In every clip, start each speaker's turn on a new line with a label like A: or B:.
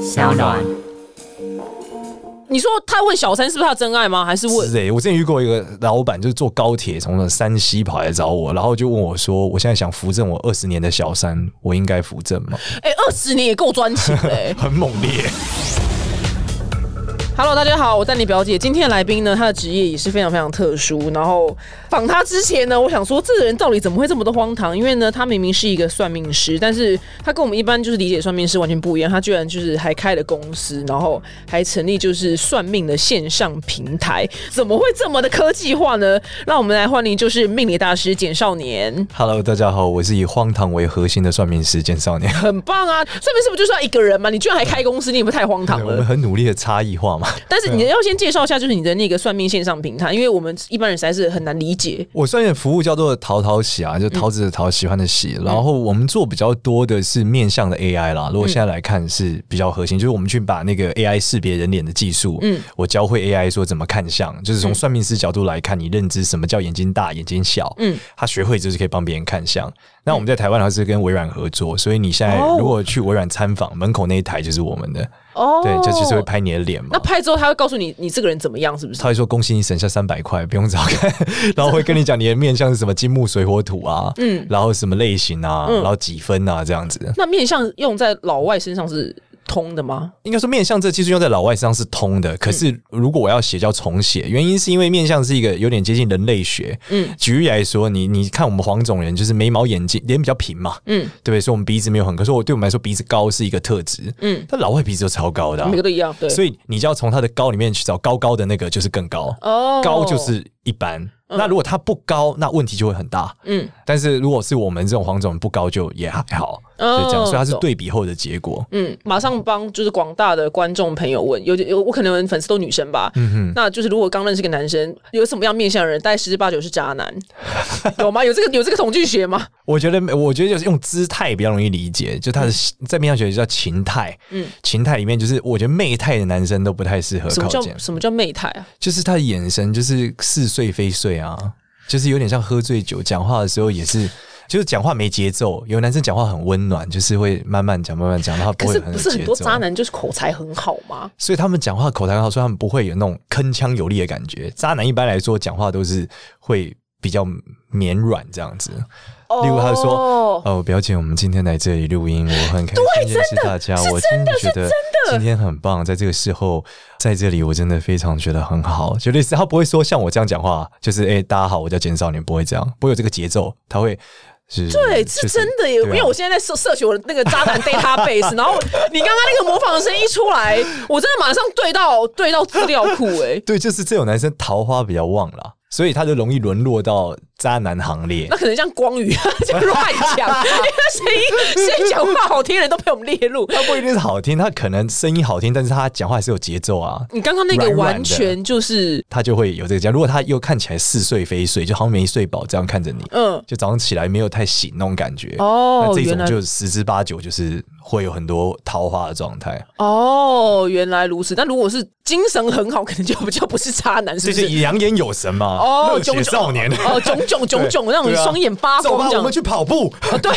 A: 小暖。
B: 你说他问小三是不是他真爱吗？还是问
C: 是哎、我之前遇过一个老板，就是坐高铁从那山西跑来找我，然后就问我说：“我现在想扶正我二十年的小三，我应该扶正吗
B: 哎二十年也够专情嘞、欸？”
C: 很猛烈，
B: Hello，大家好，我在你表姐。今天的来宾呢，他的职业也是非常非常特殊。然后访他之前呢，我想说这个人到底怎么会这么的荒唐？因为呢，他明明是一个算命师，但是他跟我们一般就是理解算命师完全不一样。他居然就是还开了公司，然后还成立就是算命的线上平台，怎么会这么的科技化呢？让我们来欢迎就是命理大师简少年，
C: Hello，大家好，我是以荒唐为核心的算命师简少年。
B: 很棒啊！算命师不就是要一个人吗？你居然还开公司，你也不太荒唐
C: 对我
B: 了
C: 们。很努力的差异化嘛。
B: 但是你要先介绍一下，就是你的那个算命线上平台，因为我们一般人实在是很难理解。
C: 我算的服务叫做淘淘喜啊，就桃子的桃，喜欢的喜。然后我们做比较多的是面向的 AI 啦。如果现在来看是比较核心，就是我们去把那个 AI 识别人脸的技术，嗯，我教会 AI 说怎么看相，就是从算命师角度来看，你认知什么叫眼睛大、眼睛小，嗯，他学会就是可以帮别人看相。那我们在台湾还是跟微软合作，所以你现在
B: 哦
C: 如果去微软参访，门口那一台就是我们的，
B: 哦
C: 对，这就是会拍你的脸嘛
B: 那。拍之后，他会告诉你你这个人怎么样，是不是
C: 他？会说恭喜你省下三百块，不用找看，然后会跟你讲你的面相是什么金木水火土啊，嗯，然后什么类型啊，
B: 嗯
C: 然后几分啊这样子。
B: 那面相用在老外身上是通的吗？
C: 应该说面相这技术用在老外身上是通的，可是如果我要写就要重写，原因是因为面相是一个有点接近人类学。嗯，举例来说，你你看我们黄种人就是眉毛眼睛脸比较平嘛，嗯，对不对？所以我们鼻子没有很高，所以我对我们来说鼻子高是一个特质，嗯，但老外鼻子都超高的啊、
B: 每个都一样，对。
C: 所
B: 以
C: 以你就要从它的高里面去找高高的那个，就是更高。
B: 哦
C: 高就是一般。那如果它不高，那问题就会很大。
B: 嗯，
C: 但是如果是我们这种黄种人不高，就也还好，
B: 哦
C: 就这样。所以它是
B: 懂
C: 对比后的结果。
B: 嗯，马上帮就是广大的观众朋友问，有有我可能粉丝都女生吧，
C: 嗯
B: 那就是如果刚认识个男生，有什么样面相的人，大概十之八九是渣 男，有吗？有这个有这个统计学吗？
C: 我觉得，我觉得就是用姿态比较容易理解，就他的
B: 嗯
C: 在面上学叫情态。嗯，情态里面就是我觉得媚态的男生都不太适合
B: 什么
C: 呃
B: 叫
C: 靠近，
B: 什么叫媚态啊？
C: 就是他的眼神就是似睡非睡啊，就是有点像喝醉酒，讲话的时候也是。就是讲话没节奏，有的男生讲话很温暖，就是会慢慢讲、慢慢讲，然后不
B: 可
C: 会
B: 是
C: 很
B: 不
C: 有
B: 是很多
C: 节奏啊
B: 渣男就是口才很好吗？
C: 所以他们讲话口才很好，所以他们不会有那种铿锵有力的感觉。渣男一般来说讲话都是会比较绵软这样子。例如他说：“
B: 哦
C: 哦，表姐，我们今天来这里录音，我很开心认识大家。我真的觉得今天很棒，在这个时候在这里，我真的非常觉得很好。就类似他不会说像我这样讲话，就是哎、大家好，我叫简少年，不会这样，不会有这个节奏，他会是
B: 对，
C: 就是
B: 真的耶！
C: 对啊
B: 因为我现在在摄摄取我的那个渣男 database，然后你刚刚那个模仿的声音一出来，我真的马上对到对到资料库哎。
C: 对，就是这种男生桃花比较旺啦，所以他就容易沦落到渣男行列
B: 那。可能像光宇啊，这样乱 讲，因为他声音声音讲话好听的人都被我们列入。
C: 他不一定是好听，他可能声音好听，但是他讲话还是有节奏啊，
B: 你刚刚那个
C: 软软的
B: 完全就是，
C: 他就会有这个这样。如果他又看起来似睡非睡，就好像没睡饱这样看着你，
B: 嗯，
C: 就早上起来没有太醒那种感觉，
B: 哦
C: 那这
B: 原
C: 种
B: 来
C: 就十之八九就是会有很多桃花的状态。
B: 哦，原来如此。但如果是精神很好，可能就比较不是渣男，是
C: 这
B: 不
C: 就是
B: 是？
C: 养眼有神嘛，
B: 哦，
C: 热血少年。
B: 哦，炯炯炯炯那种
C: 对啊
B: 双眼发
C: 走吧
B: 光，这
C: 我
B: 样
C: 们。去跑步，
B: 对，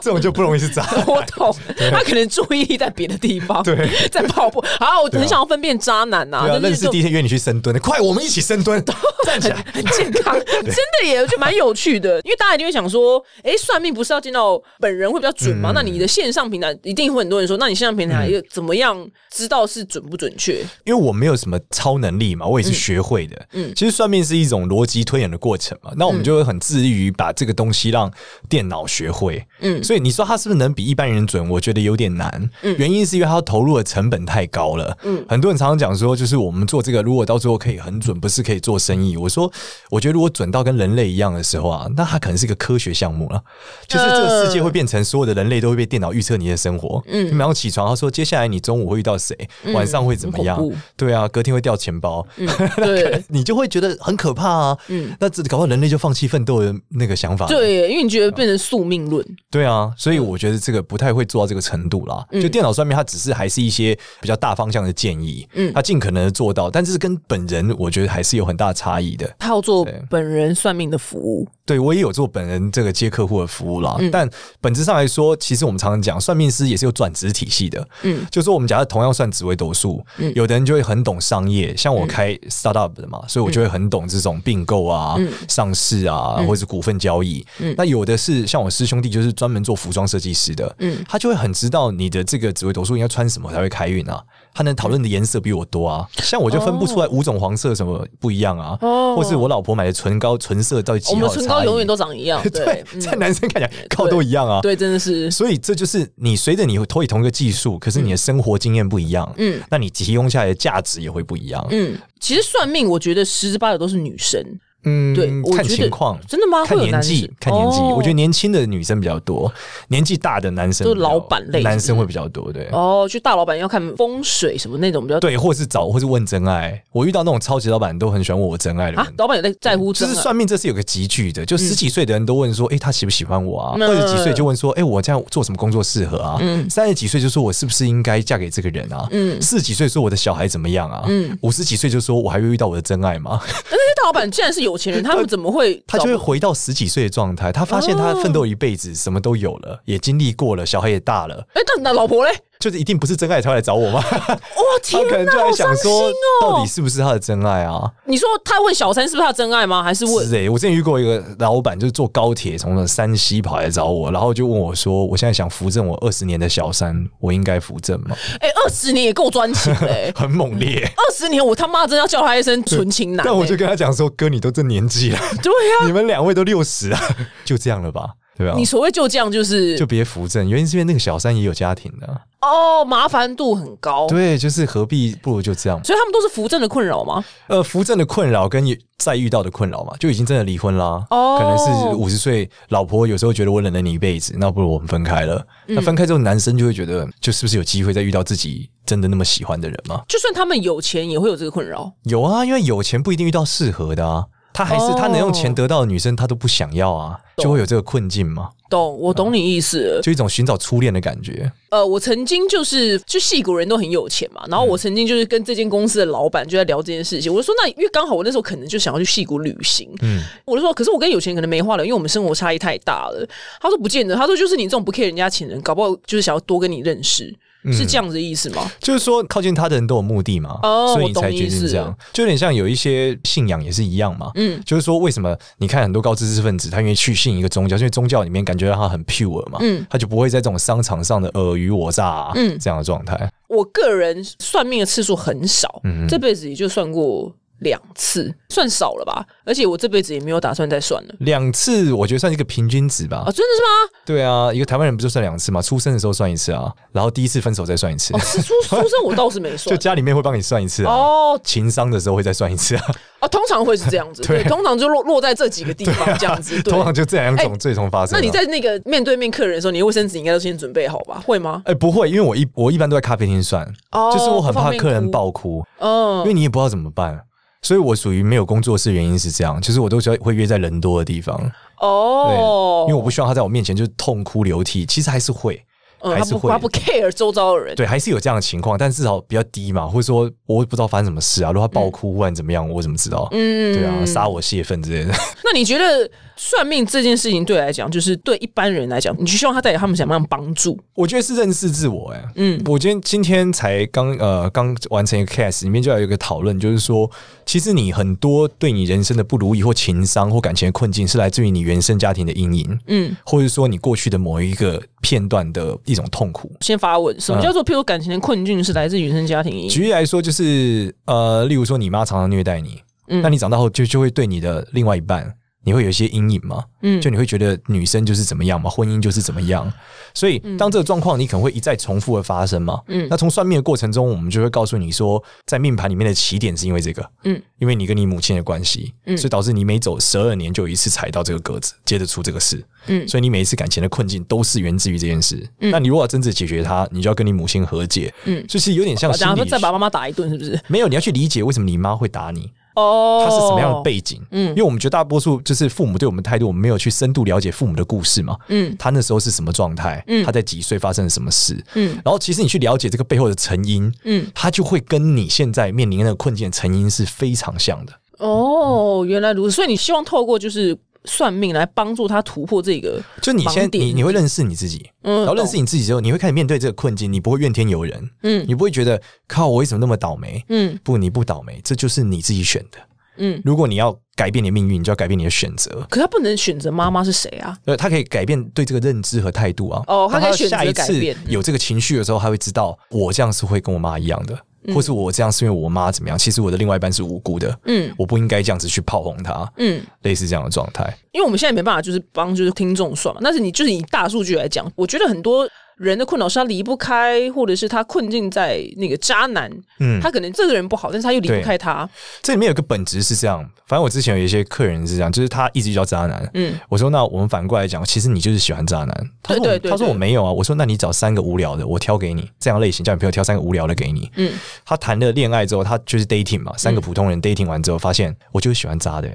C: 这种就不容易 是渣。
B: 我 懂，他可能注意力在别的地方，
C: 对，
B: 在跑步。好，我
C: 啊
B: 很想要分辨渣男呐、
C: 对啊，
B: 但
C: 认
B: 是
C: 识
B: 就
C: 第一天约你去深蹲，快，我们一起深蹲，站起来。
B: 很健 康，真的耶，我觉得蛮有趣的。因为大家一定会想说，哎、算命不是要见到本人会比较准
C: 嗯
B: 吗？那你的线上平台一定会很多人说，那你线上平台又怎么样知道是准不准确？
C: 因为我没有什么超能力嘛，我也是学会的。嗯，其实算命是一种逻辑推演的过程嘛，那我们就会很致力于把这个东西让电脑学会。
B: 嗯
C: 嗯，所以你说它是不是能比一般人准？我觉得有点难。原因是因为它要投入的成本太高了。嗯，很多人常常讲说，就是我们做这个，如果到最后可以很准，不是可以做生意？我说，我觉得如果准到跟人类一样的时候啊，那它可能是一个科学项目了，就是这个世界会变成所有的人类都会被电脑预测你的生活。嗯，然后起床，他说接下来你中午会遇到谁，晚上会怎么
B: 嗯很
C: 样
B: 恐怖？嗯
C: 对啊，隔天会掉钱包，
B: 对。
C: 你就会觉得很可怕啊。嗯，那这搞不好人类就放弃奋斗的那个想法。，
B: 对嗯耶，因为你觉得变成宿命论，
C: 对啊，所以我觉得这个不太会做到这个程度啦。
B: 嗯
C: 就电脑上面，它只是还是一些比较大方向的建议，嗯，它尽可能的做到，但是跟本人我觉得还是有很大的差异的。
B: 他要做
C: 对
B: 本人算命的服务。
C: 嗯对我也有做本人这个接客户的服务啦，但本质上来说，其实我们常常常讲，算命师也是有转职体系的。嗯，就说我们假设同样算紫微斗数，有的人就会很懂商业，像我开 startup 的嘛，所以我就会很懂这种并购啊、上市啊，或者是股份交易。那有的是像我师兄弟，就是专门做服装设计师的，嗯，他就会很知道你的这个紫微斗数应该穿什么才会开运啊。他能讨论的颜色比我多啊，像我就分不出来五种黄色什么不一样啊，
B: 哦
C: 或是我老婆买的唇膏唇色到底几
B: 我
C: 号
B: 们
C: 的
B: 唇膏
C: 差异
B: 永远 都长一样，
C: 对
B: 对，，嗯
C: 在男生看起来靠都一样啊。
B: 对，真的是
C: 所以这就是你随着你投以同一个技术，可是你的生活经验不一样，嗯，那你提供下来的价值也会不一样，
B: 嗯，其实算命，我觉得十之八九都是女生。
C: 嗯，
B: 对我
C: 看
B: 觉得
C: 情况，
B: 真的吗
C: 看
B: 会有
C: 年
B: 男
C: 纪
B: 生，
C: 看年纪，
B: 哦
C: 我觉得年轻的女生比较多，年纪大的男生
B: 都
C: 比较
B: 老板类
C: 男
B: 是
C: 生
B: 不是
C: 会比较多，对。
B: 哦，就大老板要看风水什么那种比较
C: 对，或是找，或是问真爱。我遇到那种超级老板，都很喜欢问我真爱的问
B: 啊
C: 题。，
B: 老板有在在乎
C: 就
B: 这
C: 是算命，这是有个集聚的，就十几岁的人都问说，哎、他喜不喜欢我啊？
B: 嗯
C: 二十几岁就问说，哎、我这样做什么工作适合啊？三十几岁就说我是不是应该嫁给这个人啊？
B: 嗯
C: 四十几岁说我的小孩怎么样啊？五十几岁就说我还会遇到我的真爱吗？
B: 但那些大老板既然是有钱人，他们怎么会
C: 他
B: 找
C: 就会回到十几岁的状态，他发现他奋斗一辈子，什么都有
B: 哦
C: 了，也经历过了，小孩也大了，
B: 哎，但那老婆嘞？
C: 就是一定不是真爱才会来找我吗？
B: 哇，
C: 他
B: 天
C: 可能就
B: 哪，
C: 在
B: 好
C: 想
B: 伤心
C: 说，到
B: 哦
C: 底！是不是他的真爱啊？
B: 你说他问小三是不是他的真爱吗？还是问
C: 是哎、我之前遇过一个老板，就是坐高铁从那山西跑来找我，然后就问我说：“我现在想扶正我二十年的小三，我应该扶正吗？”
B: 哎，二十年也够专情嘞
C: 很猛烈，
B: 二十年我他妈真要叫他一声纯情男欸。
C: 但我就跟他讲说：“哥，你都这年纪了，
B: 对呀，
C: 你们两位都六十啊， 就这样了吧，对吧
B: 你？”所谓就这样就是
C: 哦就别扶正，原因是因为那个小三也有家庭的、啊
B: 哦，麻烦度很高。
C: 对，就是何必不如就这样。
B: 所以他们都是扶正的困扰吗？
C: 呃，扶正的困扰跟再遇到的困扰嘛，就已经真的离婚啦。
B: 哦
C: 可能是五十岁，老婆有时候觉得我忍了你一辈子，那不如我们分开了。
B: 嗯
C: 那分开之后，男生就会觉得，就是不是有机会再遇到自己真的那么喜欢的人嘛？
B: 就算他们有钱，也会有这个困扰。
C: 有啊，因为有钱不一定遇到适合的啊。他还是、
B: 哦
C: 他能用钱得到的女生，他都不想要啊，
B: 懂
C: 就会有这个困境嘛，
B: 懂，我懂你意思了。
C: 就一种寻找初恋的感觉。
B: 呃，我曾经就是就戏骨人都很有钱嘛，然后我曾经就是跟这间公司的老板就在聊这件事情，我就说那因为刚好我那时候可能就想要去戏骨旅行，嗯，我就说可是我跟有钱人可能没话聊，因为我们生活差异太大了。他说不见得，他说就是你这种不 care 人家钱的人，搞不好就是想要多跟你认识，是这样子的意思吗？
C: 就是说，靠近他的人都有目的嘛，
B: 哦
C: 所以
B: 我
C: 你
B: 懂
C: 才
B: 你
C: 决
B: 意
C: 定
B: 思
C: 这样，就有点像有一些信仰也是一样嘛，嗯，就是说为什么你看很多高知识分子他愿意去信一个宗教，因为宗教里面感觉到他很 pure 嘛，嗯，他就不会在这种商场上的尔虞我诈、啊，嗯，这样的状态，
B: 我个人算命的次数很少，这辈子也就算过两次，算少了吧？而且我这辈子也没有打算再算了。
C: 两次我觉得算是一个平均值吧，
B: 啊，真的是吗？
C: 对啊，一个台湾人不就算两次嘛，出生的时候算一次啊，然后第一次分手再算一次，
B: 哦
C: 啊
B: 是出出生我倒是没
C: 就
B: 算
C: 家里面会帮你算一次啊。
B: 哦
C: 情商的时候会再算一次啊，
B: 哦，通常会是这样子，
C: 对
B: 对，通常就落落在这几个地方这 样子，对
C: 通。常就这两种
B: 哎
C: 最常发生啊、
B: 那你在那个面对面客人的时候，你的卫生纸应该都先准备好吧？会吗？
C: 哎、不会，因为我一我一般都在咖啡厅算，
B: 哦
C: 就是我很
B: 不方
C: 怕
B: 便
C: 客人
B: 哭
C: 爆哭，因
B: 嗯，
C: 为你也不知道怎么办，所以我属于没有工作室，原因是这样，就是我都喜欢会约在人多的地方，对，
B: 哦，
C: 因为我不希望他在我面前就是痛哭流涕，其实还是会，
B: 嗯，
C: 还
B: 他
C: 是
B: 不
C: 会
B: 他不 care 周遭的人，
C: 对，还是有这样的情况，但至少比较低嘛，或者说我不知道发生什么事啊，如果他爆哭忽然怎么样，我怎么知道？
B: 嗯
C: 对啊，杀我泄愤之类的。
B: 那你觉得算命这件事情对来讲，就是对一般人来讲，你希望他带给他们什么样的帮助？
C: 我觉得是认识自我、哎，嗯，我今天今天才刚呃刚完成一个 case，里面就有一个讨论，就是说，其实你很多对你人生的不如意或情伤或感情的困境，是来自于你原生家庭的阴影，嗯，或者说你过去的某一个片段的一种痛苦。
B: 先发问，什么
C: 嗯
B: 叫做譬如感情的困境是来自原生家庭因素？
C: 举例来说，就是呃，例如说你妈常常虐待你，那你长大后就就会对你的另外一半，你会有一些阴影嘛？嗯，就你会觉得女生就是怎么样嘛，婚姻就是怎么样。所以当这个状况你可能会一再重复的发生嘛。嗯，那从算命的过程中，我们就会告诉你说，在命盘里面的起点是因为这个，
B: 嗯，
C: 因为你跟你母亲的关系，嗯，所以导致你每走十二年就有一次踩到这个格子，接着出这个事。
B: 嗯
C: 所以你每一次感情的困境都是源自于这件事。那你如果要真正解决它，你就要跟你母亲和解。嗯，就是有点像
B: 把
C: 心
B: 然后
C: 理
B: 再把妈妈打一顿，是不是？
C: 没有，你要去理解为什么你妈会打你，
B: 哦，
C: 她是什么样的背景。嗯，因为我们绝大多数就是父母对我们态度，我们没有去深度了解父母的故事嘛。
B: 嗯
C: 嗯，他那时候是什么状态？嗯，他在几岁发生了什么事？
B: 嗯
C: 嗯，然后其实你去了解这个背后的成因，
B: 嗯
C: 嗯，他就会跟你现在面临的困境的成因是非常像的。
B: 哦，原来如此。所以你希望透过就是算命来帮助他突破这个。
C: 就你先
B: 盲，点
C: 你你会认识你自己，
B: 嗯
C: 然后认识你自己之后，你会开始面对这个困境，你不会怨天尤人，
B: 嗯
C: 你不会觉得靠我为什么那么倒霉，
B: 嗯
C: 不，你不倒霉，这就是你自己选的。
B: 嗯，
C: 如果你要改变你的命运，你就要改变你的选择。
B: 可他不能选择妈妈是谁啊？
C: 呃，他可以改变对这个认知和态度啊。
B: 哦他可以
C: 当
B: 选择
C: 下一
B: 改
C: 次
B: 变嗯
C: 有这个情绪的时候，他会知道我这样是会跟我妈一样的，或是我这样是因为我妈怎么样。其实我的另外一半是无辜的，
B: 嗯
C: 我不应该这样子去炮轰他，
B: 嗯，
C: 类似这样的状态。
B: 因为我们现在没办法就是帮就是听众算嘛，但是你就是以大数据来讲，我觉得很多人的困扰是他离不开，或者是他困境在那个渣男，
C: 嗯
B: 他可能这个人不好，但是他又离不
C: 对
B: 开他，
C: 这里面有个本质是这样，反正我之前有一些客人是这样，就是他一直遇到渣男。
B: 嗯
C: 我说那我们反过来讲，其实你就是喜欢渣男。他说我
B: 对对对
C: 他说
B: 对
C: 我没有啊。我说那你找三个无聊的，我挑给你这样类型，叫你朋友挑三个无聊的给你。
B: 嗯，
C: 他谈了恋爱之后，他就是 dating 嘛，三个普通人 dating 完之后，发现我就是喜欢渣的。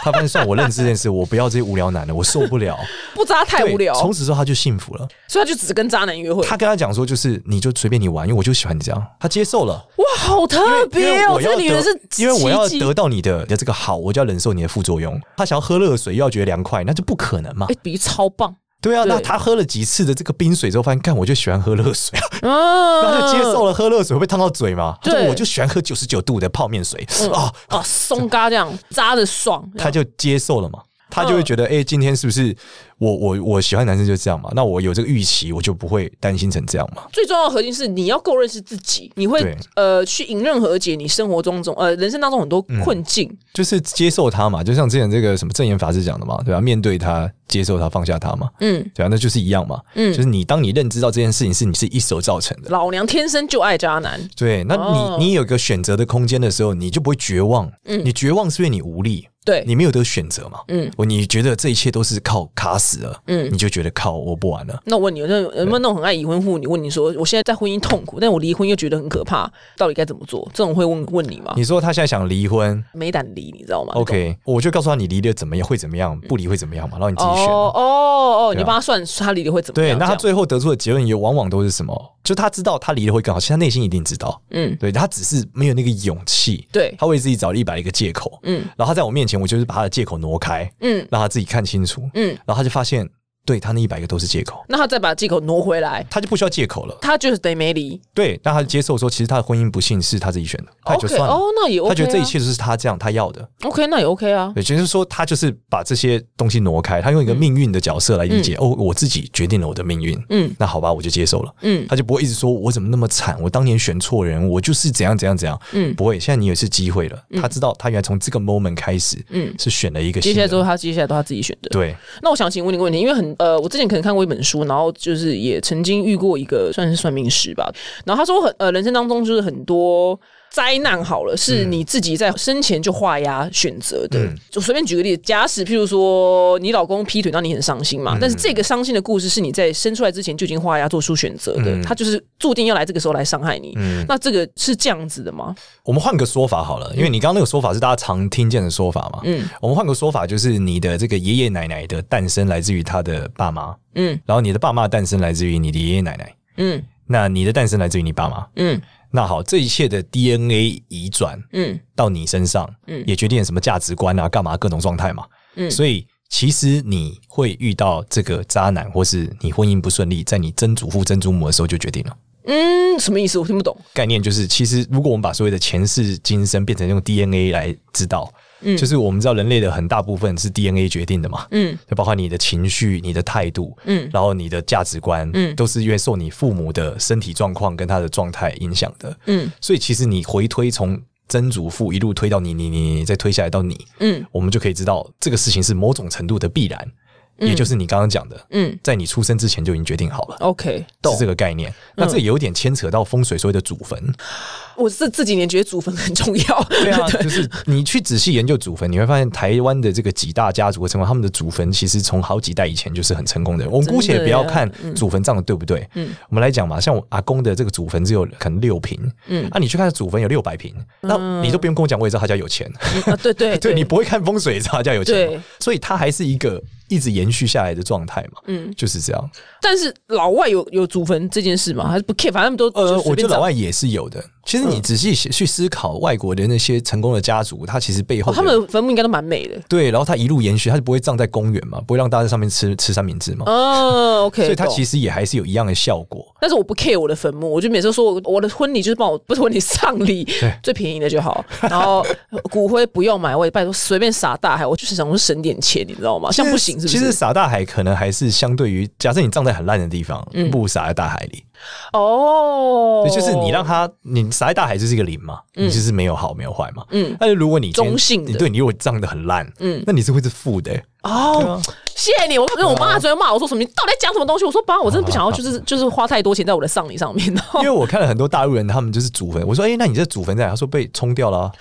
C: 他发现算我认知认识，我不要这些无聊男的，我受不了，
B: 不渣 太
C: 对
B: 无聊，
C: 从此之后他就幸福了。
B: 所以他就只跟渣男约会。
C: 他跟他讲说，就是你就随便你玩，因为我就喜欢你这样。他接受了，
B: 哇，好特
C: 因
B: 别
C: 为
B: 哦！
C: 我
B: 这
C: 要
B: 个女人
C: 得
B: 是奇迹，
C: 因为我要得到你的你的这个好，我就要忍受你的副作用。他想要喝热水，又要觉得凉快，那就不可能嘛
B: 哎、。比喻超棒
C: 对啊，
B: 对
C: 那他喝了几次的这个冰水之后，发现干我就喜欢喝热水啊，
B: 啊！
C: 然后就接受了喝热水会被烫到嘴嘛。他
B: 对
C: 说我就喜欢喝九十九度的泡面水啊，
B: 啊，松嘎这样扎的爽，
C: 他就接受了嘛。他就会觉得，
B: 嗯
C: 哎、今天是不是我我我喜欢男生就这样嘛？那我有这个预期，我就不会担心成这样嘛。
B: 最重要的核心是你要够认识自己，你会
C: 对
B: 呃去迎刃和解你生活中种呃人生当中很多困境。
C: 就是接受他嘛，就像之前这个什么正言法师讲的嘛，对吧、面对他，接受他，放下他嘛。
B: 嗯，
C: 对啊，那就是一样嘛。
B: 嗯
C: 就是你当你认知到这件事情是你是一手造成的，
B: 老娘天生就爱渣男，
C: 对，那你、
B: 哦
C: 你有个选择的空间的时候，你就不会绝望。嗯，你绝望是因为你无力，
B: 对，
C: 你没有得选择嘛。
B: 嗯
C: 嗯，你觉得这一切都是靠卡死了，
B: 嗯
C: 嗯，你就觉得靠我不玩了。
B: 那我问你，那有没有那种很爱已婚妇女问你说，我现在在婚姻痛苦，但我离婚又觉得很可怕，到底该怎么做？这种会问问你吗？
C: 你说他现在想离婚
B: 没胆离，你知道吗
C: ，OK，我就告诉他你离的怎么样会怎么样，不离会怎么样嘛，然后你
B: 那
C: 自
B: 种
C: 己
B: 嗯
C: 选。
B: 哦哦哦，你
C: 对啊
B: 帮他算他离的会怎么
C: 对，
B: 样？
C: 那
B: 这
C: 他
B: 样
C: 最后得出的结论也往往都是什么？就他知道他离了会更好，其实他内心一定知道，
B: 嗯
C: 对他只是没有那个勇气，
B: 对
C: 他为自己找了一百个借口，
B: 嗯
C: 然后他在我面前，我就是把他的借口挪开，
B: 嗯
C: 让他自己看清楚，
B: 嗯，
C: 然后他就发现，对他那一百个都是借口，
B: 那他再把借口挪回来，
C: 他就不需要借口了。
B: 他就是得没离。
C: 对，那他就接受说，其实他的婚姻不幸是他自己选的，他也就
B: OK，
C: 算了。
B: 哦，那也 OK，、啊、
C: 他觉得这一切就是他这样他要的，
B: OK，那也 OK 啊。
C: 对，就是说他就是把这些东西挪开，他用一个命运的角色来理解，哦，我自己决定了我的命运，
B: 嗯
C: 那好吧，我就接受了。
B: 嗯
C: 他就不会一直说我怎么那么惨，我当年选错人，我就是怎样怎样怎样。
B: 嗯
C: 不会，现在你有一次机会了，他知道他原来从这个 moment 开始
B: 嗯，
C: 是选了一个
B: 接
C: 新
B: 下来
C: 的。
B: 之后他接下来都他自己选的。
C: 对，
B: 那我想请问你一个问题，因为很呃，我之前可能看过一本书，然后就是也曾经遇过一个算是算命师吧，然后他说很呃，人生当中就是很多灾难好了，是你自己在生前就画押选择的。
C: 嗯
B: 就随便举个例子，假使譬如说你老公劈腿，让你很伤心嘛，但是这个伤心的故事是你在生出来之前就已经画押做出选择的，
C: 嗯
B: 他就是注定要来这个时候来伤害你。
C: 嗯
B: 那这个是这样子的吗？
C: 我们换个说法好了，因为你刚刚那个说法是大家常听见的说法嘛。
B: 嗯
C: 我们换个说法，就是你的这个爷爷奶奶的诞生来自于他的爸妈，
B: 嗯
C: 然后你的爸妈的诞生来自于你的爷爷奶奶，
B: 嗯
C: 那你的诞生来自于你爸妈。
B: 嗯
C: 那好，这一切的 DNA 移转
B: 嗯
C: 到你身上，
B: 嗯
C: 也决定了什么价值观啊、干嘛各种状态嘛。
B: 嗯
C: 所以其实你会遇到这个渣男，或是你婚姻不顺利，在你曾祖父、曾祖母的时候就决定了。
B: 嗯，什么意思？我听不懂。
C: 概念就是，其实如果我们把所谓的前世今生变成用 DNA 来知道，
B: 嗯
C: 就是我们知道人类的很大部分是 DNA 决定的嘛，
B: 嗯
C: 就包括你的情绪、你的态度，
B: 嗯
C: 然后你的价值观，
B: 嗯
C: 都是因为受你父母的身体状况跟他的状态影响的。
B: 嗯
C: 所以其实你回推从曾祖父一路推到你，你你你再推下来到你，
B: 嗯
C: 我们就可以知道这个事情是某种程度的必然，也就是你刚刚讲的，
B: 嗯
C: 在你出生之前就已经决定好了。
B: ，OK，懂嗯
C: 是。这个概念，那这也有点牵扯到风水所谓的祖坟，
B: 我这这几年觉得祖坟很重要。
C: 对 啊，就是你去仔细研究祖坟，你会发现台湾的这个几大家族的成功，他们的祖坟其实从好几代以前就是很成功的人。我们
B: 真的
C: 姑且不要
B: 耶
C: 看祖坟葬的对不对，
B: 啊嗯
C: 我们来讲嘛，像我阿公的这个祖坟只有可能六平，
B: 嗯
C: 啊，你去看祖坟有六百平，那你都不用跟我讲，我也知道他家 有钱，
B: 啊，对对
C: 对你不会看风水也知道他家有钱
B: 对
C: 嘛，所以他还是一个一直延续下来的状态嘛，
B: 嗯，
C: 就是这样。
B: 但是老外有有祖坟这件事吗？还是不 care？反正他们都
C: 呃，
B: 随
C: 我觉
B: 便
C: 得
B: 找
C: 老
B: 嗯
C: 外也是有的，其实你仔细去思考外国的那些成功的家族，他其实背后
B: 哦，
C: 的
B: 他们的坟墓应该都蛮美的。
C: 对，然后他一路延续，他就不会葬在公园嘛，不会让大家在上面吃吃三明治嘛，
B: 哦，OK，
C: 所以他
B: 懂
C: 其实也还是有一样的效果。
B: 但是我不 care 我的坟墓，我就每次说我我的婚礼就是帮我 不是婚礼丧 礼最便宜的就好，然后 骨灰不用买，我也拜托随便撒大海，我就是想说省点钱，你知道吗？像不行是不
C: 其实
B: 是？
C: 撒大海可能还是相对于，假设你葬在很烂的地方，不如撒在大海里。
B: 嗯哦，
C: 对就是你让它，你撒在大海就是一个零嘛，你就是没有好没有坏嘛。
B: 嗯
C: 嗯，但是如果你今天
B: 中性的
C: 你对你如果葬的很烂，
B: 嗯
C: 嗯，那你是会是负的欸、
B: 哦，谢谢你，我因为我妈昨天骂我说什么，你到底在讲什么东西？我说爸，我真的不想要，就是就是花太多钱在我的丧礼上面。 然后
C: 因为我看了很多大陆人，他们就是祖坟，我说哎、那你这祖坟在哪？他说被冲掉了啊、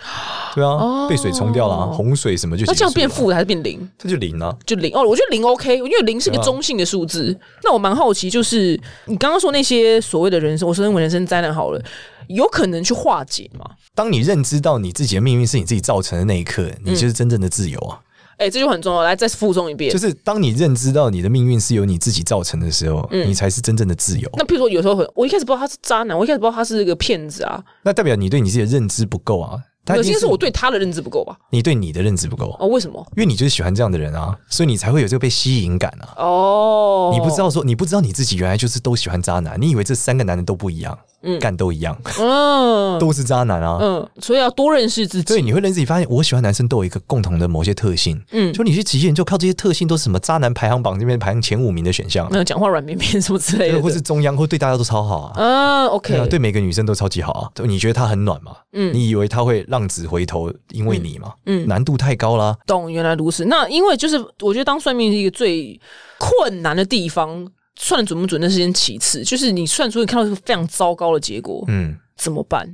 C: 对啊，被水冲掉了啊、洪水什么就
B: 哦那这样
C: 结束
B: 变
C: 了啊，
B: 负的还是变零？
C: 这就零了、啊。
B: 就零哦，我觉得零 OK，因为零是个
C: 对啊
B: 中性的数字。那我蛮好奇，就是你刚刚说那些所谓的人生，我说认为人生灾难好了，有可能去化解吗？
C: 当你认知到你自己的命运是你自己造成的那一刻，
B: 嗯
C: 你就是真正的自由啊！
B: 哎、这就很重要。来，再附送一遍。
C: 就是当你认知到你的命运是由你自己造成的时候，你才是真正的自由。
B: 嗯那譬如说，有时候很，我一开始不知道他是渣男，我一开始不知道他是个骗子啊。
C: 那代表你对你自己的认知不够啊！它
B: 有
C: 一定
B: 些是我对他的认知不够吧？
C: 你对你的认知不够，
B: 哦，为什么？
C: 因为你就是喜欢这样的人啊，所以你才会有这个被吸引感啊。
B: 哦，
C: 你不知道说，你不知道你自己原来就是都喜欢渣男，你以为这三个男人都不一样，干都一样，
B: 嗯
C: 都是渣男啊。
B: 嗯，所以要多认识自
C: 所以
B: 己。
C: 你会认识，你发现我喜欢男生都有一个共同的某些特性，嗯，就你去仔细研究，靠这些特性都是什么渣男排行榜这边排行前五名的选项，
B: 没有讲话软绵绵什么之类的，
C: 呃或是中央，或对大家都超好啊。
B: 嗯
C: 对啊，
B: ，OK，
C: 对每个女生都超级好啊！你觉得他很暖嘛？嗯，你以为他会浪子回头，因为你嘛？嗯，难度太高啦。
B: 懂，原来如此。那因为就是我觉得当算命是一个最困难的地方，算的准不准那是件其次，就是你算出你看到一个非常糟糕的结果，
C: 嗯，
B: 怎么办？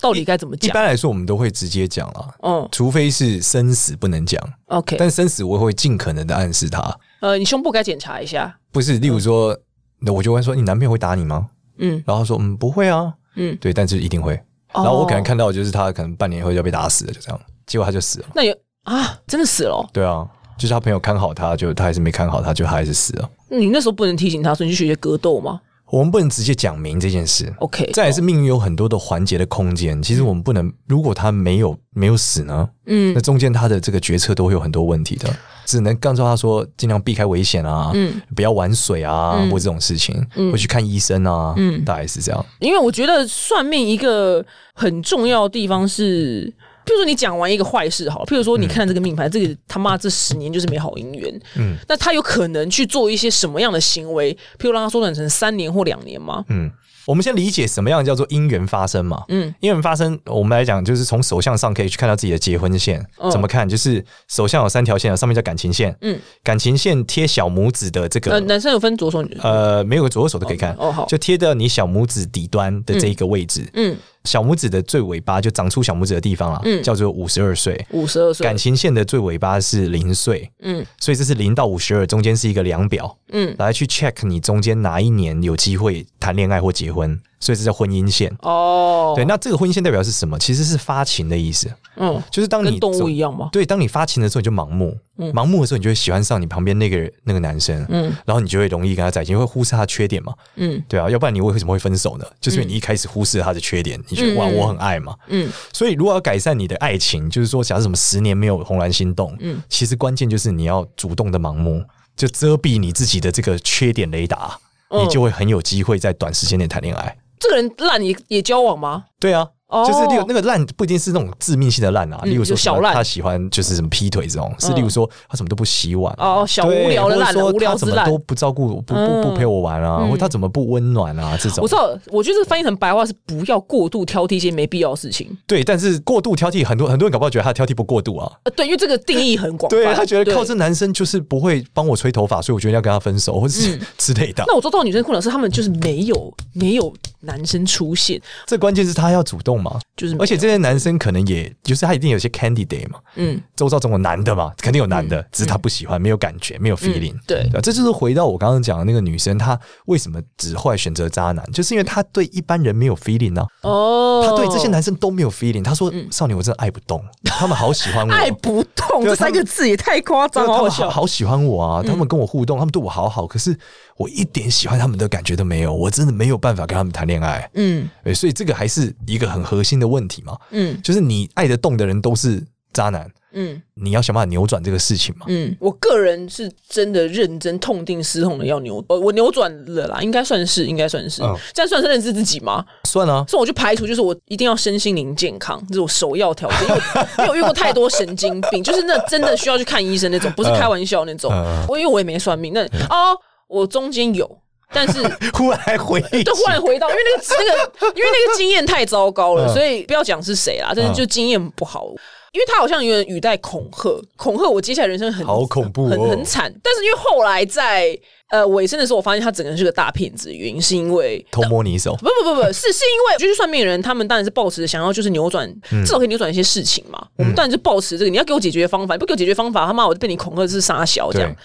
B: 到底该怎么
C: 一
B: 讲？
C: 般来说我们都会直接讲啦，
B: 嗯
C: 除非是生死不能讲，
B: ，OK，
C: 但生死我会尽可能的暗示他，
B: 呃，你胸部该检查一下，
C: 不是，例如说，那我就问说，你男朋友会打你吗？
B: 嗯，
C: 然后他说，嗯，不会啊，
B: 嗯
C: 嗯，哦对，但是一定会。然后我可能
B: 哦
C: 看到的就是他可能半年后就要被打死了，就这样，结果他就死了。
B: 那也啊，真的死了哦、
C: 对啊，就是他朋友看好他，就他还是没看好他，就他还是死了。
B: 你那时候不能提醒他说你去学学格斗吗
C: 我们不能直接讲明这件事。
B: ？OK，
C: 再来是命运有很多的环节的空间，其实我们不能，如果他没有没有死呢，
B: 嗯
C: 那中间他的这个决策都会有很多问题的，只能告诉他说尽量避开危险啊，
B: 嗯
C: 不要玩水啊，
B: 嗯
C: 或这种事情，或去看医生啊，
B: 嗯
C: 大概是这样。
B: 因为我觉得算命一个很重要的地方是，譬如说你讲完一个坏事好了，譬如说你看这个命盘，这个他妈这十年就是没好姻缘，嗯
C: 嗯，
B: 那他有可能去做一些什么样的行为？譬如让他缩短成三年或两年吗？
C: 嗯，我们先理解什么样叫做因缘发生嘛。
B: 嗯
C: 嗯，因缘发生，我们来讲就是从手相上可以去看到自己的结婚线，
B: 嗯
C: 怎么看？就是手相有三条线，上面叫感情线，
B: 嗯
C: 嗯，感情线贴小拇指的这
B: 呃，
C: 个。
B: 男生有分左手女，
C: 呃，没有个左右手都可以看
B: 哦好
C: 就贴到你小拇指底端的这一个位置，
B: 嗯，
C: 小拇指的最尾巴就长出小拇指的地方了，
B: 嗯
C: 叫做五十二岁。
B: 五十二岁
C: 感，情线的最尾巴是零岁，
B: 嗯
C: 所以这是零到五十二，中间是一个量表，
B: 嗯，
C: 来去 check 你中间哪一年有机会谈恋爱或结婚，所以这叫婚姻线。
B: 哦，
C: 对，，那这个婚姻线代表是什么？其实是发情的意思，
B: 嗯，
C: 就是当
B: 跟
C: 你
B: 动物
C: 走
B: 一样吗？
C: 对，当你发情的时候你就盲目，盲目的时候你就会喜欢上你旁边那个那个男生，
B: 嗯
C: 然后你就会容易跟他在一起，因为会忽视他的缺点嘛，
B: 嗯
C: 对啊，要不然你为什么会分手呢？就是因为你一开始忽视了他的缺点，你觉得哇我很爱嘛，
B: 嗯
C: 所以如果要改善你的爱情，就是说假设什么十年没有怦然心动，
B: 嗯
C: 其实关键就是你要主动的盲目，就遮蔽你自己的这个缺点雷达，
B: 嗯
C: 你就会很有机会在短时间内谈恋爱。
B: 这个人烂也也交往吗？
C: 对啊，
B: 哦
C: 就是例如那个烂不一定是那种致命性的烂啊，
B: 嗯
C: 例如说
B: 就小
C: 什么
B: 烂嗯
C: 他喜欢就是什么劈腿这种，是例如说他什么都不洗碗。
B: 哦，小
C: 对
B: 无聊的
C: 或者
B: 烂啊，
C: 说
B: 无聊
C: 他
B: 之
C: 怎么
B: 烂
C: 都。不照顾我，不
B: 嗯
C: 不不陪我玩啊，或他怎么不温暖啊，这种
B: 我知。道，我觉得这翻译成白话是不要过度挑剔一些没必要的事情。
C: 对，但是过度挑剔，很多很多人搞不好觉得他挑剔不过度啊，
B: 呃，对，因为这个定义很广泛。
C: 对他觉得
B: 对
C: 靠这男生就是不会帮我吹头发，所以我觉得要跟他分手，或者
B: 嗯
C: 是 之类的。啊
B: 那我周遭的女生困扰是，她们就是没有没有男生出现，
C: 这关键是他要主动嘛，
B: 就是没有
C: 而且这些男生可能也就是他一定有些 candidate 嘛，
B: 嗯
C: 周遭总有男的嘛，肯定有男的，只是他不喜欢，没有感觉，没有 feeling。
B: 嗯对
C: 啊，这就是回到我刚刚讲的那个女生，她为什么只后来选择渣男，就是因为她对一般人没有 feeling 啊，
B: 哦，嗯
C: 她对这些男生都没有 feeling。她说：“少年，我真的爱不动，他们好喜欢我，
B: 爱不动
C: 对
B: 这
C: 啊他
B: 三
C: 们
B: 个字也太夸
C: 真
B: 张，
C: 的
B: 好
C: 他
B: 好
C: 们好
B: 笑。嗯
C: 好喜欢我啊，他们跟我互动，他们对我好好，可是我一点喜欢他们的感觉都没有，我真的没有办法跟他们谈恋爱。
B: 嗯，
C: 对，所以这个还是一个很核心的问题嘛，
B: 嗯
C: 就是你爱得动的人都是渣男，
B: 嗯
C: 你要想办法扭转这个事情嘛。
B: 嗯，我个人是真的认真痛定思痛的要扭，呃，我扭转了啦，应该算是，应该算是，
C: 嗯
B: 这样算是认知自己吗？
C: 算了、
B: 所以我去排除，就是我一定要身心灵健康，这是我首要条件。因为 我因为我遇过太多神经病，就是那真的需要去看医生那种，不是开玩笑那种。
C: 嗯
B: 我因为我也没算命，那哦，我中间有，但 是
C: 忽然回 忆起
B: 就忽然回到，因为那个那个，因为那个经验太糟糕了，
C: 嗯
B: 所以不要讲是谁啦，但是
C: 嗯
B: 就经验不好。因为他好像有点语带恐吓，恐吓我接下来人生很
C: 好恐怖哦
B: 很很惨。但是因为后来在呃尾声的时候，我发现他整个人是个大骗子，原因是因为
C: 偷摸你 一手，
B: 不不不不是，是因为就是算命的人，他们当然是抱持想要就是扭转，至少可以扭转一些事情嘛。我们当然是抱持这个，你要给我解决方法，你不给我解决方法，他妈我就被你恐吓是傻小这样
C: 对。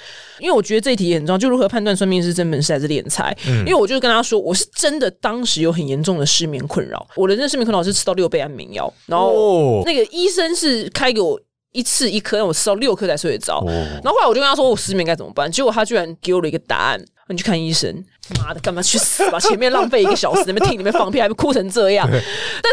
B: 因为我觉得这一题也很重要，就如何判断算命是真本事还是敛财。因为我就跟他说，我是真的当时有很严重的失眠困扰，我的那失眠困扰是吃到六倍安眠药，然后
C: 哦
B: 那个医生是开给我。一次一颗，让我吃到六颗才睡得着。
C: 哦
B: 然后后来我就跟他说我失眠该怎么办，结果他居然给我了一个答案，你去看医生。妈的，干嘛去死吧！前面浪费一个小时，在那边听你们放屁，还被哭成这样。但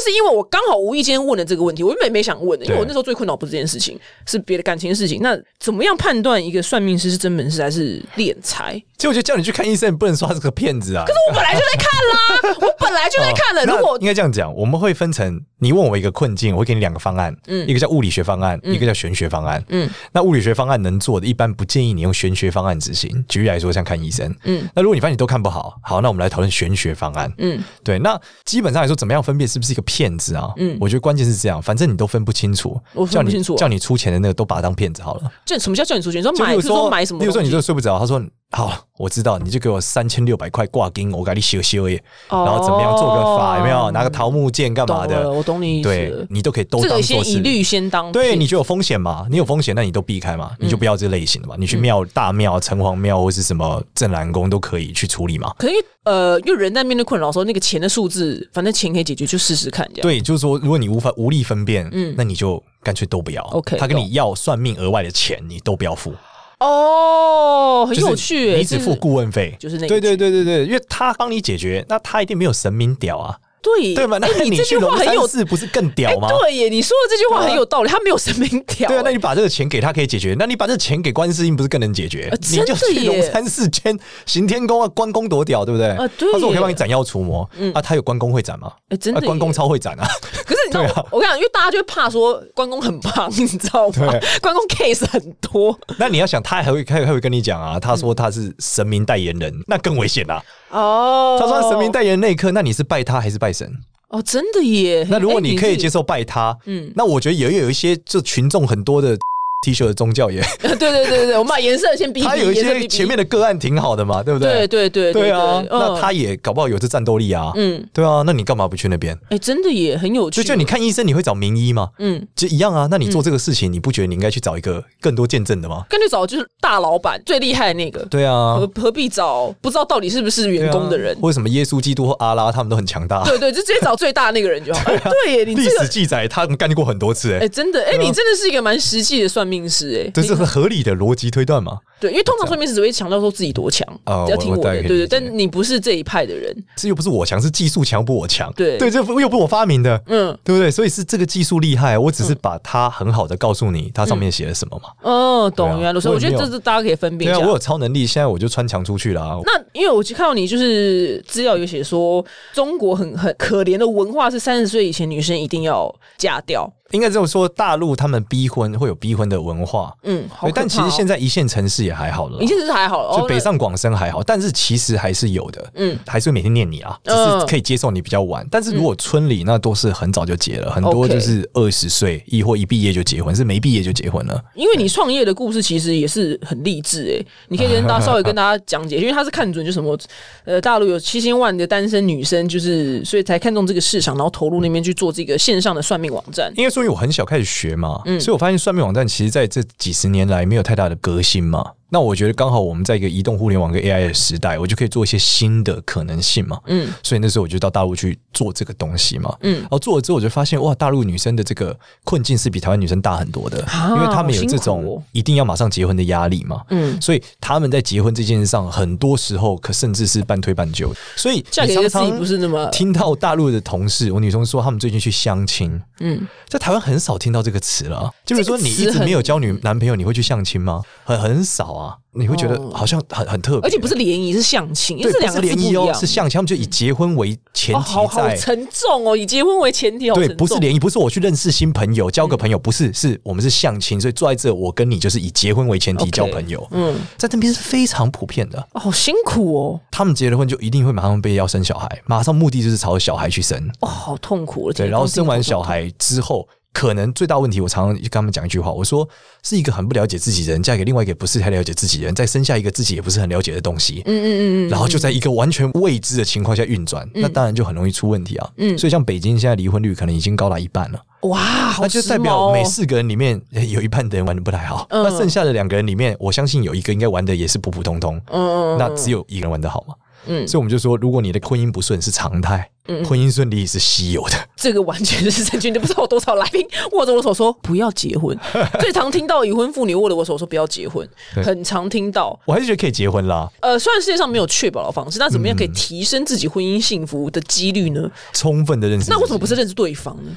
B: 是因为我刚好无意间问了这个问题，我原本没想问的，因为
C: 对
B: 我那时候最困扰不是这件事情，是别的感情的事情。那怎么样判断一个算命师是真本事还是敛财？
C: 其实我觉得叫你去看医生，你不能说他是个骗子啊。可是
B: 我本来就在看啦，我本来就在看了。 如果
C: 应该这样讲，我们会分成，你问我一个困境，我会给你两个方案，一个叫物理学方案，一个叫玄学方案。
B: 嗯
C: 那物理学方案能做的，一般不建议你用玄学方案执行。举例来说，像看医生，
B: 嗯
C: 那如果你发现你都看不好，好，那我们来讨论玄学方案。
B: 嗯
C: 对，那基本上来说，怎么样分辨是不是一个骗子啊？
B: 嗯
C: 嗯，我觉得关键是这样，反正你都分不清楚，
B: 我分不清楚啊
C: 叫你叫你出钱的那个都把他当骗子好了。
B: 这什么叫叫你出钱？你说
C: 就
B: 买，
C: 例
B: 就
C: 如
B: 是说买什么
C: 比
B: 东
C: 如
B: 西？
C: 说你就睡不着，他说好，我知道，你就给我三千六百块挂金，我给你修修耶，
B: 哦
C: 然后怎么样做个法有没有？拿个桃木剑干
B: 懂
C: 嘛
B: 了，
C: 的？
B: 我懂你意思
C: 对
B: 了。
C: 你都可以都
B: 这
C: 当
B: 个先
C: 做
B: 一
C: 是。
B: 律先当
C: 对，
B: 骗
C: 你就有风险嘛？你有风险，那你都避开嘛，
B: 嗯
C: 你就不要这类型的嘛。你去庙、大庙、城隍庙或是什么镇南宫都可以去处理嘛。
B: 可以，呃，因为人在面对困扰的时候，那个钱的数字，反正钱可以解决，就试试看这样。
C: 对，就是说，如果你无法无力分辨，那你就干脆都不要。
B: 嗯 OK，
C: 他跟
B: 懂
C: 你要算命额外的钱，你都不要付，
B: 哦，很
C: 就是
B: 有趣、欸，
C: 你只
B: 这是
C: 付顾问费，
B: 就是那一
C: 对对对对对，因为他帮你解决，那他一定没有神明屌啊，
B: 对
C: 对吗？那
B: 哎你
C: 你
B: 这
C: 去
B: 句话
C: 龙
B: 很有
C: 山寺不是更
B: 哎
C: 屌吗？
B: 对耶，你说的这句话很有道理，他没有神明条、
C: 对啊，那
B: 哎
C: 你把这个钱给他可以解决，那你把这个钱给观世音不是更能解决？
B: 呃
C: 你就
B: 真的
C: 去
B: 耶
C: 龙山寺签行天宫啊，关公多屌，对不对？
B: 呃对
C: 他说我
B: 耶嗯
C: 可以帮你斩妖除魔，啊，他有关公会斩吗？
B: 哎真
C: 啊
B: 的耶
C: 关公超会斩啊，
B: 可是你知道，
C: 对啊
B: 我跟你讲，因为大家就会怕说关公很胖，你知道吗
C: 对？
B: 关公 case 很多
C: 那你要想，他还会还还会跟你讲啊，他说他是神明代言人，那更危险啦、
B: 哦。
C: 他说他神明代言人那一刻，那你是拜他还是拜神？
B: 哦，真的耶。
C: 那如果你可以接
B: 受，
C: 受拜他，
B: 嗯
C: 嗯，那我觉得也有一些就群众很多的 T 恤的宗教也，
B: 对对对对对，我们把颜色先比，
C: 他有一
B: 颜色比
C: 些
B: 比
C: 前面的个案挺好的嘛，对不
B: 对
C: 对？
B: 对对
C: 对啊，
B: 对
C: 那
B: 嗯
C: 他也搞不好有这战斗力啊，
B: 嗯，
C: 对啊，那你干嘛不去那边？
B: 哎、真的也很有趣。
C: 就就你看医生，你会找名医吗？
B: 嗯。
C: 就一样啊，那你做这个事情，你不觉得你应该去找一个更多见证的吗？
B: 干脆找就是大老板最厉害的那个，
C: 对啊
B: 何，何必找不知道到底是不是员工的人
C: 对啊？或者什么耶稣基督或阿拉，他们都很强大。
B: 对对，就直接找最大那个人就 好。哎对耶，你
C: 啊历
B: 这
C: 史
B: 个
C: 记载他们干过很多次、欸，
B: 哎、真的哎、你真的是一个蛮实际的算命师哎、
C: 这是很合理的逻辑推断嘛？
B: 对，因为通常算命师只会强调说自己多强，
C: 哦
B: 要听
C: 我
B: 我
C: 我大
B: 的，
C: 概可以
B: 对对。
C: 理解
B: 但你不是这一派的人，
C: 这又不是我强，是技术强不我强，
B: 对
C: 对，这不又不是我发明的，
B: 嗯
C: 对不对？所以是这个技术厉害，我只是把它很好的告诉你，它上面写了什么嘛。
B: 哦，懂
C: 对啊
B: 原来如此。
C: 我
B: 我
C: 也
B: 觉
C: 没
B: 得
C: 有
B: 这是大家可以分辨
C: 对
B: 一
C: 啊，
B: 下。
C: 我有超能力，现在我就穿墙出去了啊。
B: 嗯那因为我去看到你就是资料有写说，中国很很可怜的文化是三十岁以前女生一定要嫁掉，
C: 应该这么说，大陆他们逼婚会有逼婚的文化，
B: 嗯，好可怕哦、
C: 对但其实现在一线城市也还好了啦
B: 你。现在是还好了，哦
C: 就北
B: 那
C: 上广深还好，但是其实还是有的，
B: 嗯
C: 嗯，还是会每天念你啊，只
B: 嗯
C: 是可以接受你比较晚。但是如果村里那都是很早就结了，很多
B: OK
C: 就是二十岁，亦或一毕业就结婚，是没毕业就结婚了。
B: 因为你创业的故事其实也是很励志诶、你可以跟大家稍微跟大家讲解，因为他是看准就什么，呃，大陆有七千万的单身女生，就是所以才看中这个市场，然后投入那边去做这个线上的算命网站。
C: 应该
B: 嗯
C: 说，因为我很小开始学嘛，所以我发现算命网站其实在这几十年来没有太大的革新嘛。那我觉得刚好我们在一个移动互联网跟 AI 的时代，我就可以做一些新的可能性嘛。
B: 嗯
C: 所以那时候我就到大陆去做这个东西嘛。
B: 嗯
C: 然，后做了之后，我就发现哇，大陆女生的这个困境是比台湾女生大很多的，
B: 啊
C: 因为她们有
B: 好
C: 这
B: 辛苦哦
C: 种一定要马上结婚的压力嘛。
B: 嗯，
C: 所以她们在结婚这件事上，很多时候可甚至是半推半就。所以
B: 嫁给一
C: 你
B: 个自
C: 常
B: 己
C: 常
B: 不是那么
C: 听到大陆的同事，我女生说她们最近去相亲，
B: 嗯，
C: 在台湾很少听到这个词了啊。就比如说，
B: 这
C: 你
B: 个词
C: 一直
B: 很
C: 没有交女男朋友，你会去相亲吗？很很少啊，你会觉得
B: 哦
C: 好像很很特别，
B: 而且不是联谊是相亲，因为
C: 对
B: 这
C: 不
B: 两
C: 是
B: 个字不
C: 联谊
B: 一
C: 哦，
B: 样，
C: 是相亲，他们就以结婚为前
B: 哦，
C: 提
B: 好好
C: 在。
B: 沉重哦，以结婚为前提，好
C: 对，
B: 沉
C: 不是
B: 重嗯
C: 联谊，不是我去认识新朋友、交个朋友，不是，是我们是相亲，所以坐在这，我跟你就是以结婚为前提
B: OK，
C: 交朋友，
B: 嗯，
C: 在那边是非常普遍的。
B: 哦好辛苦哦，
C: 他们结了婚就一定会马上被要生小孩，马上目的就是朝小孩去生。
B: 哦，好痛苦了，
C: 对，
B: 天
C: 然后
B: 当
C: 生完
B: 自己
C: 小
B: 好痛
C: 孩之后，可能最大问题，我常常跟他们讲一句话，我说是一个很不了解自己的人，嫁给另外一个不是太了解自己的人，再生下一个自己也不是很了解的东西，
B: 苦，嗯嗯嗯嗯，
C: 然后就在一个完全未知的情况下运转，那当然就很容易出问题啊。
B: 嗯
C: 所以像北京现在离婚率可能已经高达一半了，
B: 哇，
C: 那
B: 好
C: 就
B: 时
C: 代
B: 髦
C: 表
B: 哦
C: 每四个人里面诶有一半的人玩的不太好，
B: 嗯
C: 那剩下的两个人里面，我相信有一个应该玩的也是普普通通，
B: 嗯，嗯
C: 那只有一个人玩的好嘛。
B: 嗯
C: 所以我们就说，如果你的婚姻不顺是常态，
B: 嗯
C: 婚姻顺利是稀有的。
B: 这个完全是正确，你不知道有多少来宾握着我手说不要结 婚，最常听到已婚妇女握着我手说不要结婚，
C: 对
B: 很常听到。
C: 我还是觉得可以结婚啦，
B: 呃，虽然世界上没有确保的方式，那怎么样可以提升自己婚姻幸福的几率呢？
C: 充分的认识。
B: 那为什么不是？认识对方呢？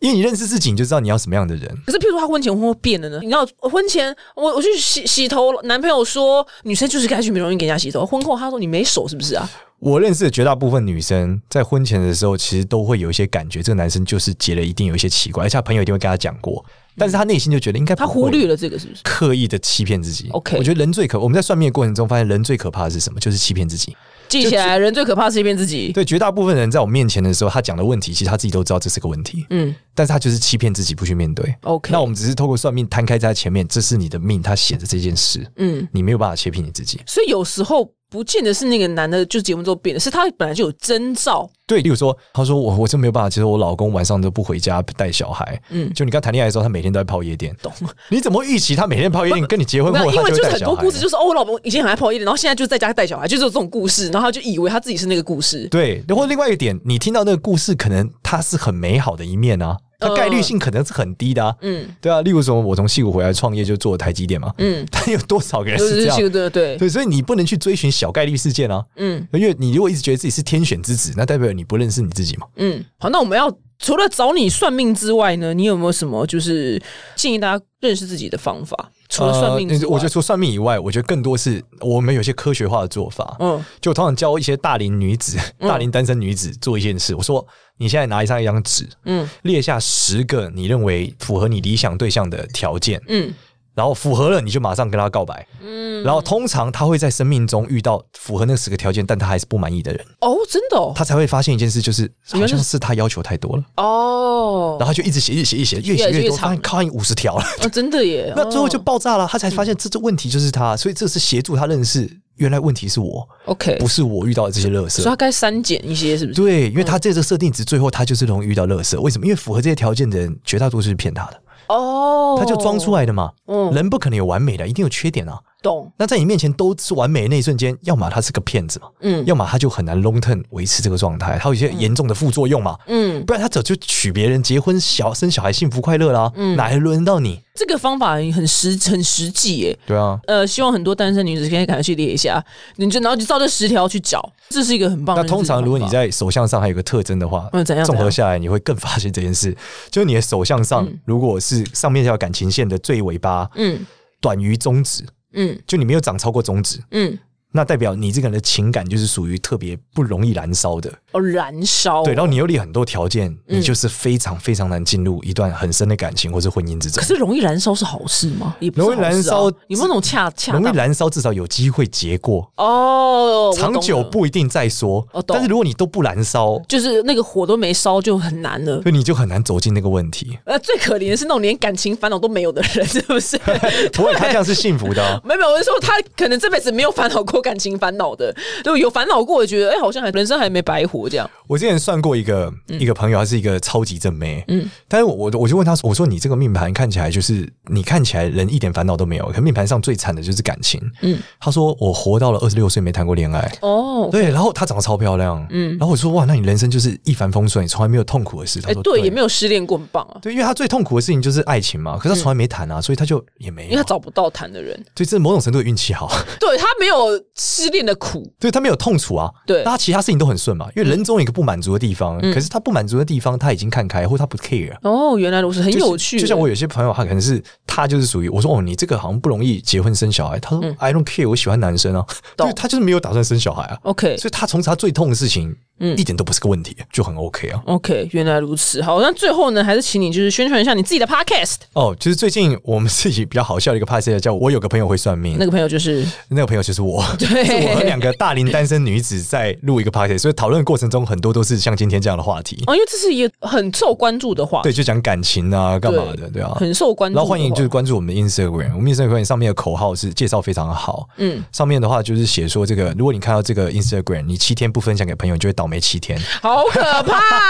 C: 因为你认识自己，你就知道你要什么样的人。
B: 可是，譬如说他婚前婚后变了呢？你知道，婚前我我去洗洗头，男朋友说女生就是该去美容院给人家洗头，婚后他说你没手是不是啊？
C: 我认识的绝大部分女生在婚前的时候，其实都会有一些感觉，这个男生就是结了一定有一些奇怪，而且他朋友一定会跟他讲过，但是他内心就觉得应该不
B: 他嗯
C: 会
B: 忽略了这个是不是？
C: 刻意的欺骗自己。
B: OK
C: 我觉得人最可，我们在算命的过程中发现，人最可怕的是什么？就是欺骗自己。
B: 记起来，人最可怕是欺骗自己。
C: 对，绝大部分人在我面前的时候，他讲的问题，其实他自己都知道这是个问题，
B: 嗯
C: 但是他就是欺骗自己，不去面对。
B: ，OK，
C: 那我们只是透过算命摊开在他前面，这是你的命，他写的这件事，
B: 嗯。
C: 你没有办法切骗你自己。
B: 所以有时候不见得是那个男的就结婚之后变的，是他本来就有征兆。
C: 对，例如说，他说我我真没有办法接受我老公晚上都不回家带小孩。
B: 嗯
C: 嗯，就你刚谈恋爱的时候，他每天都在泡夜店，
B: 懂？
C: 你怎么会预期他每天泡夜店跟你结婚
B: 没
C: 后
B: 有，因
C: 他
B: 为
C: 会
B: 就是
C: 带
B: 很
C: 小
B: 多
C: 孩
B: 故事，？就是哦，我老公以前很爱泡夜店，然后现在就在家带小孩，就是有这种故事，然后他就以为他自己是那个故事。
C: 对，然后另外一个点，你听到那个故事，可能它是很美好的一面啊，它概率性可能是很低的啊。
B: 呃嗯
C: 对啊，例如说，我从西谷回来创业就做台积电嘛，
B: 嗯，
C: 但有多少个人
B: 就是
C: 这
B: 是
C: 样？
B: 对对对，
C: 对，所以你不能去追寻小概率事件啊，
B: 嗯
C: 因为你如果一直觉得自己是天选之子，那代表你不认识你自己嘛。
B: 嗯。好，那我们要除了找你算命之外呢，你有没有什么就是建议大家认识自己的方法？除了算命
C: 呃
B: 之外，
C: 我觉得除了算命以外，我觉得更多是我们有些科学化的做法。
B: 嗯
C: 就我通常教一些大龄女子、大龄单身女子做一件事，我说你现在拿上一张纸，
B: 嗯
C: 列下十个你认为符合你理想对象的条件，
B: 嗯
C: 然后符合了你就马上跟他告白。
B: 嗯。
C: 然后通常他会在生命中遇到符合那十个条件，但他还是不满意的人，
B: 哦，真的哦，
C: 他才会发现一件事，就是
B: 原
C: 好
B: 来是
C: 像是他要求太多了，
B: 哦
C: 然后，他就一直写、一直写、一直写，越
B: 越
C: 写
B: 来
C: 越
B: 越
C: 多，
B: 长
C: 发现靠近五十条了。
B: 哦真的耶。
C: 那最后就
B: 哦
C: 爆炸了，他才发现这这问题就是他，所以这是协助他认识原来问题是我，
B: OK，
C: 不是我遇到的这些垃
B: 所以他
C: 圾。
B: 该删减一些，是不是？
C: 对，因为他这个设定值最后他就是容易遇到垃圾，为什么？因为符合这些条件的人绝大多数是骗他的，
B: 哦，
C: 他就装出来的嘛。
B: 嗯
C: 人不可能有完美的，一定有缺点啊。
B: 懂，
C: 那在你面前都是完美的那一瞬间，要么他是个骗子嘛，
B: 嗯
C: 要么他就很难 long term 维持这个状态，他有一些严重的副作用嘛。
B: 嗯，
C: 不然他早就娶别人、结婚、小生小孩、幸福快乐啦、
B: 嗯
C: 哪还轮到你？
B: 这个方法很实很实际耶。
C: 对啊，
B: 呃，希望很多单身女子可以赶快去列一下，你就然后就照这十条去找，这是一个很棒的认
C: 那
B: 知方
C: 通
B: 法。
C: 常如果你在手相上还有个特征的话，
B: 嗯怎样
C: 综
B: 怎
C: 合
B: 样
C: 下来你会更发现这件事，就是你的手相上如果是上面这条感情线的最尾巴
B: 嗯
C: 短于中指，
B: 嗯
C: 就你没有长超过中指，
B: 嗯，
C: 那代表你这个人的情感就是属于特别不容易燃烧的，
B: 哦，嗯燃烧，
C: 对。然后你又立很多条件，你就是非常非常难进入一段很深的感情或是婚姻之中
B: 可。是容易燃烧是好事吗？也不是
C: 容易燃烧
B: 好事啊有没有那种恰恰
C: 容
B: 当
C: 易燃烧，至少有机会结过，
B: 哦，我懂
C: 长
B: 了
C: 久不一定再说
B: 我。懂
C: 但是如果你都不燃烧，
B: 就是那个火都没烧就很难了。
C: 所以你就很难走进那个 问题。
B: 呃，最可怜的是那种连感情烦恼 都没有的人，是不是？
C: 不会，他这样是幸福的哦、
B: 没有，没有，我是说他可能这辈子没有烦恼过感情烦恼的，就有烦恼过，也觉得哎、好像还人生还没白活这样。
C: 我之前算过一个、
B: 嗯
C: 一个朋友，她是一个超级正妹，嗯，但是我我我就问她说，我说你这个命盘看起来就是你看起来人一点烦恼都没有，可命盘上最惨的就是感情，嗯，她说我活到了二十六岁没谈过恋爱。
B: 哦，
C: 对，然后她长得超漂亮，嗯，然后我说哇，那你人生就是一帆风顺，你从来没有痛苦的事。她
B: 哎、
C: 说
B: 对，也没
C: 有
B: 有失恋过，很棒啊，
C: 对，因为她最痛苦的事情就是爱情嘛，可是她从来没谈啊，所以她就也没
B: 因为他
C: 有，
B: 找不到谈的人，
C: 对，这某种程度的运气好，
B: 对他没有失恋的苦，
C: 对她没有痛楚啊，
B: 对嗯
C: 但她其他事情都很顺嘛，因为人总有一个不满足的地方，可是她不满足的地方她已经看开，或她不 care，
B: 哦，原来如此，很
C: 就是
B: 有趣欸
C: 就像我有些朋友，他可能是他就是属于我说哦，你这个好像不容易结婚生小孩。他说、I don't care，我喜欢男生啊，
B: 嗯懂 哦
C: 对他就是没有打算生小孩啊，
B: OK
C: 所以他从此他最痛的事情，
B: 嗯
C: 一点都不是个问题，就很 OK 啊。
B: OK，原来如此。好，那最后呢，还是请你就是宣传一下你自己的 Podcast。
C: 哦，就是最近我们自己比较好笑的一个 p a s s 叫我有个朋友会算命，
B: 那个朋友就是
C: 那个朋友就是我，
B: 对
C: 是我和两个大龄单身女子在录一个 p a s s 所以讨论的过程中很多都是像今天这样的话题，
B: 哦，因为这是一个很受关注的话，
C: 对，就讲感情啊，干嘛的，对啊，
B: 很受关注的
C: 然
B: 话。
C: 后欢迎就是关注我们的 Instagram，我们 Instagram 上面的口号是介绍非常好，嗯，上面的话就是写说这个，如果你看到这个 Instagram，你七天不分享给朋友，你就会倒霉七 天，
B: 好可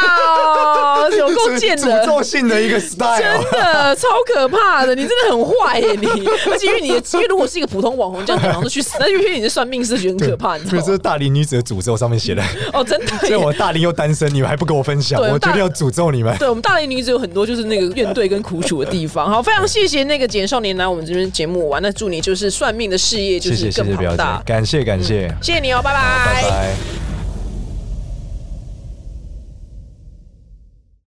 B: 怕哦，有够贱
C: 这是诅
B: 的。
C: 咒哎性的一个 style
B: 真。的超可怕的，你真的很坏耶、你！而且因为你的，因为如果是一个普通网红，这样好像就去死，但是因为你的算命师觉得很可怕，你知
C: 所以
B: 道
C: 这
B: 吗
C: 是？大龄女子的诅咒上 面写的，
B: 哦，真的
C: 所以
B: 耶。
C: 我大龄又单身，你们还不跟我分享，
B: 对
C: 我
B: 大
C: 决定要诅咒你们。
B: 对我们大龄女子有很多就是那个怨怼跟苦楚的地方。好，非常谢谢那个简少年来我们这边节目玩，那祝你就是算命的事业就
C: 谢
B: 是
C: 谢谢
B: 更
C: 谢表
B: 庞嗯
C: 姐
B: 大，。
C: 感谢感谢，
B: 谢谢你哦，拜
C: 拜拜。